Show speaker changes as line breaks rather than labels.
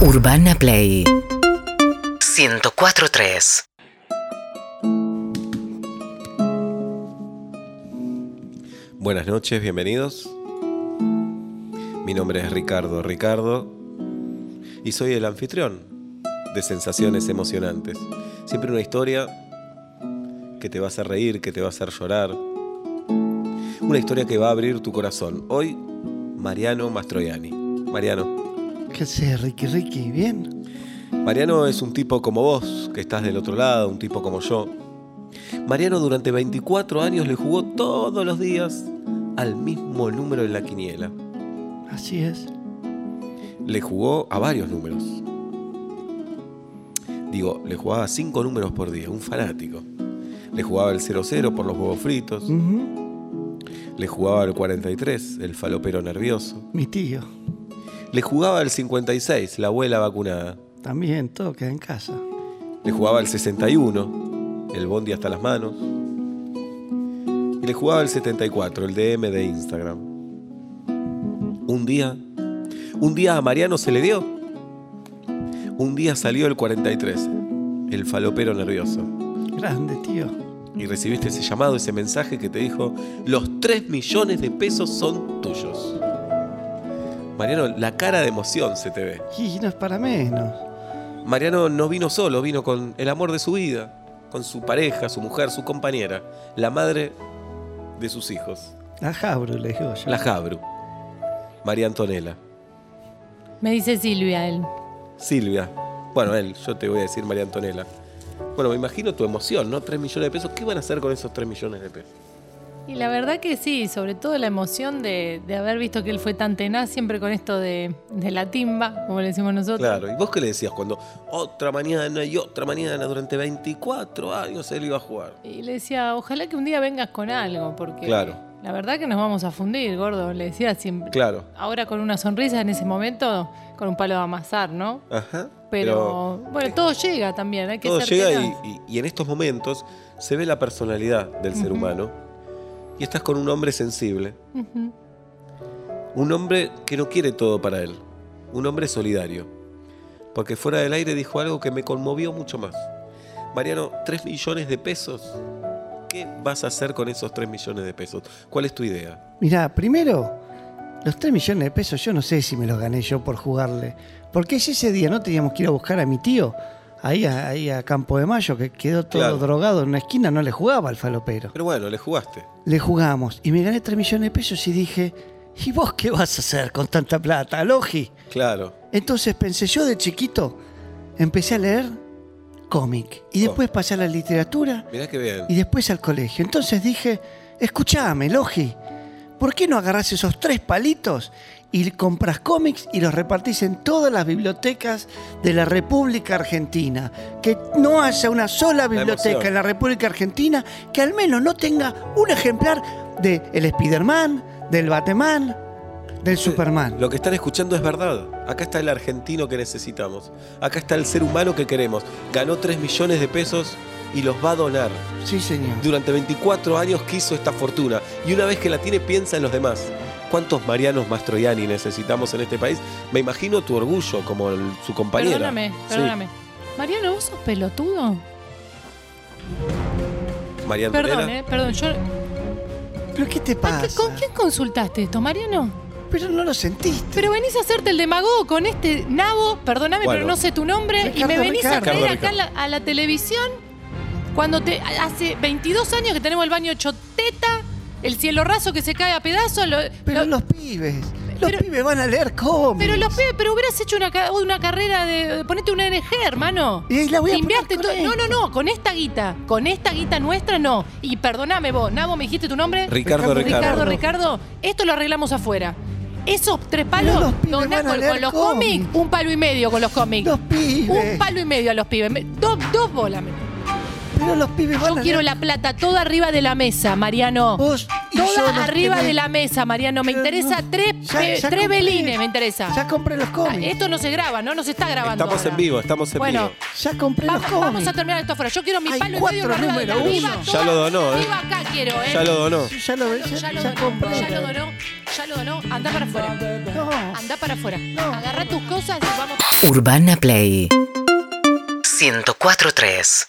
Urbana Play 104.3
Buenas noches, bienvenidos. Mi nombre es Ricardo Ricardo y soy el anfitrión de Sensaciones Emocionantes. Siempre una historia que te va a hacer reír, que te va a hacer llorar. Una historia que va a abrir tu corazón. Hoy, Mariano Mastroianni. Mariano.
¿Qué haces, Ricky Ricky? ¿Bien?
Mariano es un tipo como vos, que estás del otro lado, un tipo como yo. Mariano durante 24 años le jugó todos los días al mismo número en la quiniela.
Así es.
le jugó a varios números. Digo, le jugaba a cinco números por día, un fanático. Le jugaba el 00 por los huevos fritos,
Ujú.
le jugaba el 43, el falopero nervioso,
Mi tío
le jugaba el 56, la abuela vacunada,
también, todo queda en casa.
le jugaba el 61, el bondi hasta las manos, y le jugaba el 74, el DM de Instagram. Un día, un día a Mariano se le dio. Un día salió el 43, el falopero nervioso.
Grande, tío.
y recibiste ese llamado, ese mensaje que te dijo, los 3 millones de pesos son tuyos. Mariano, la cara de emoción se te ve.
Y no es para menos.
Mariano no vino solo, vino con el amor de su vida, con su pareja, su mujer, su compañera, la madre de sus hijos,
La Jabro, le digo yo.
la Jabru, María Antonella,
Me dice Silvia él.
Silvia. Bueno, él, yo te voy a decir María Antonella. Bueno, me imagino tu emoción, ¿no? 3 millones de pesos. ¿Qué van a hacer con esos 3 millones de pesos?
Y la verdad que sí, sobre todo la emoción de, de haber visto que él fue tan tenaz siempre con esto de, de la timba, como le decimos nosotros.
Claro, ¿y vos qué le decías cuando otra mañana y otra mañana durante 24 años él iba a jugar?
Y le decía, ojalá que un día vengas con algo, porque
Claro.
la verdad que nos vamos a fundir, gordo, le decía siempre.
Claro.
Ahora con una sonrisa en ese momento, con un palo de amasar, ¿no?
Ajá.
Pero, bueno, todo llega también, hay que
Ah, todo
ser
llega y,
tenaz.
y- y en estos momentos se ve la personalidad del ser humano y estás con un hombre sensible,
Ujú.
un hombre que no quiere todo para él, un hombre solidario. Porque fuera del aire dijo algo que me conmovió mucho más. Mariano, 3 millones de pesos. ¿Qué vas a hacer con esos 3 millones de pesos? ¿Cuál es tu idea?
Mirá, primero, los 3 millones de pesos yo no sé si me los gané yo por jugarle. Porque si ese día no teníamos que ir a buscar a mi tío, ahí a, ahí a Campo de Mayo, que quedó todo
Claro.
drogado en una esquina, no le jugaba al falopero.
Pero bueno, le jugaste.
Le jugamos y me gané 3 millones de pesos y dije, ¿y vos qué vas a hacer con tanta plata, Logi?
Claro.
Entonces pensé, yo de chiquito empecé a leer cómic y después pasé a la literatura
Mirá que bien.
y después al colegio. Entonces dije, escuchame, Logi, ¿por qué no agarrás esos tres palitos y compras cómics y los repartís en todas las bibliotecas de la República Argentina? Que no haya una sola biblioteca
emoción.
en la República Argentina que al menos no tenga un ejemplar de el Spider-Man, del Batman, del Superman.
Lo que están escuchando es verdad. Acá está el argentino que necesitamos. Acá está el ser humano que queremos. Ganó 3 millones de pesos y los va a donar.
Sí, señor.
Durante 24 años quiso esta fortuna y una vez que la tiene piensa en los demás. ¿Cuántos Marianos Mastroianni necesitamos en este país? Me imagino tu orgullo como el- su compañera.
Perdóname,
Sí.
perdóname. Mariano, ¿vos sos pelotudo?
María
Perdón,
Antonella.
eh, perdón, yo...
¿Pero qué te
¿A qué-
pasa?
¿Con quién consultaste esto, Mariano?
Pero no lo sentiste.
Pero venís a hacerte el demagogo con este nabo, perdóname,
Bueno.
pero no sé tu nombre, y me
Ricardo,
venís
Ricardo.
a traer
Ricardo,
acá a la, a la televisión cuando te hace 22 años que tenemos el baño hecho teta, el cielo raso que se cae a pedazos. lo-
Pero
lo-
los pibes. Los
Pero-
pibes van a leer cómics.
pero los pibes, pero hubieras hecho una, ca- una carrera de. Ponete una NG, hermano.
Y ahí la voy a
Limpiaste
poner
todo.
con
No,
esto.
no, no, con esta guita. Con esta guita nuestra no. Y perdóname vos, Nabo, ¿me dijiste tu nombre?
Ricardo, Ricardo.
Ricardo, Ricardo, esto lo arreglamos afuera. Esos tres
Pero
palos,
los pibes
doná
van a
con,
leer
con los
cómics.
cómics, un palo y medio con los cómics.
Los pibes.
Un palo y medio a los pibes. Me- Dos, dos bolas. me-
Pero los pibes van
Yo
a
quiero
leer.
la plata toda arriba de la mesa, Mariano.
Vos y yo
Toda
nos
arriba
tenés.
de la mesa, Mariano. Me
Pero
interesa
no.
tres,
Ya-
eh,
ya
tres
compré.
belines, me interesa.
Ya compré los
Ah,
cómics.
Esto no se graba, no nos está grabando.
Estamos
ahora.
en vivo, estamos en
Bueno,
vivo.
Ya compré
va-
los cómics.
vamos a terminar esto afuera. Yo quiero mi
Hay
palo y
cuatro
medio arriba de la
número
viva
uno.
toda-
Ya lo donó, ¿eh?
Viva acá quiero, ¿eh?
Ya lo donó.
Ya lo ¿eh? ya,
Ya lo
ya
donó,
compré.
ya lo donó, ya lo donó. Anda para afuera.
No.
Anda para afuera.
No.
Agarra tus cosas y vamos.
Urbana Play 104.3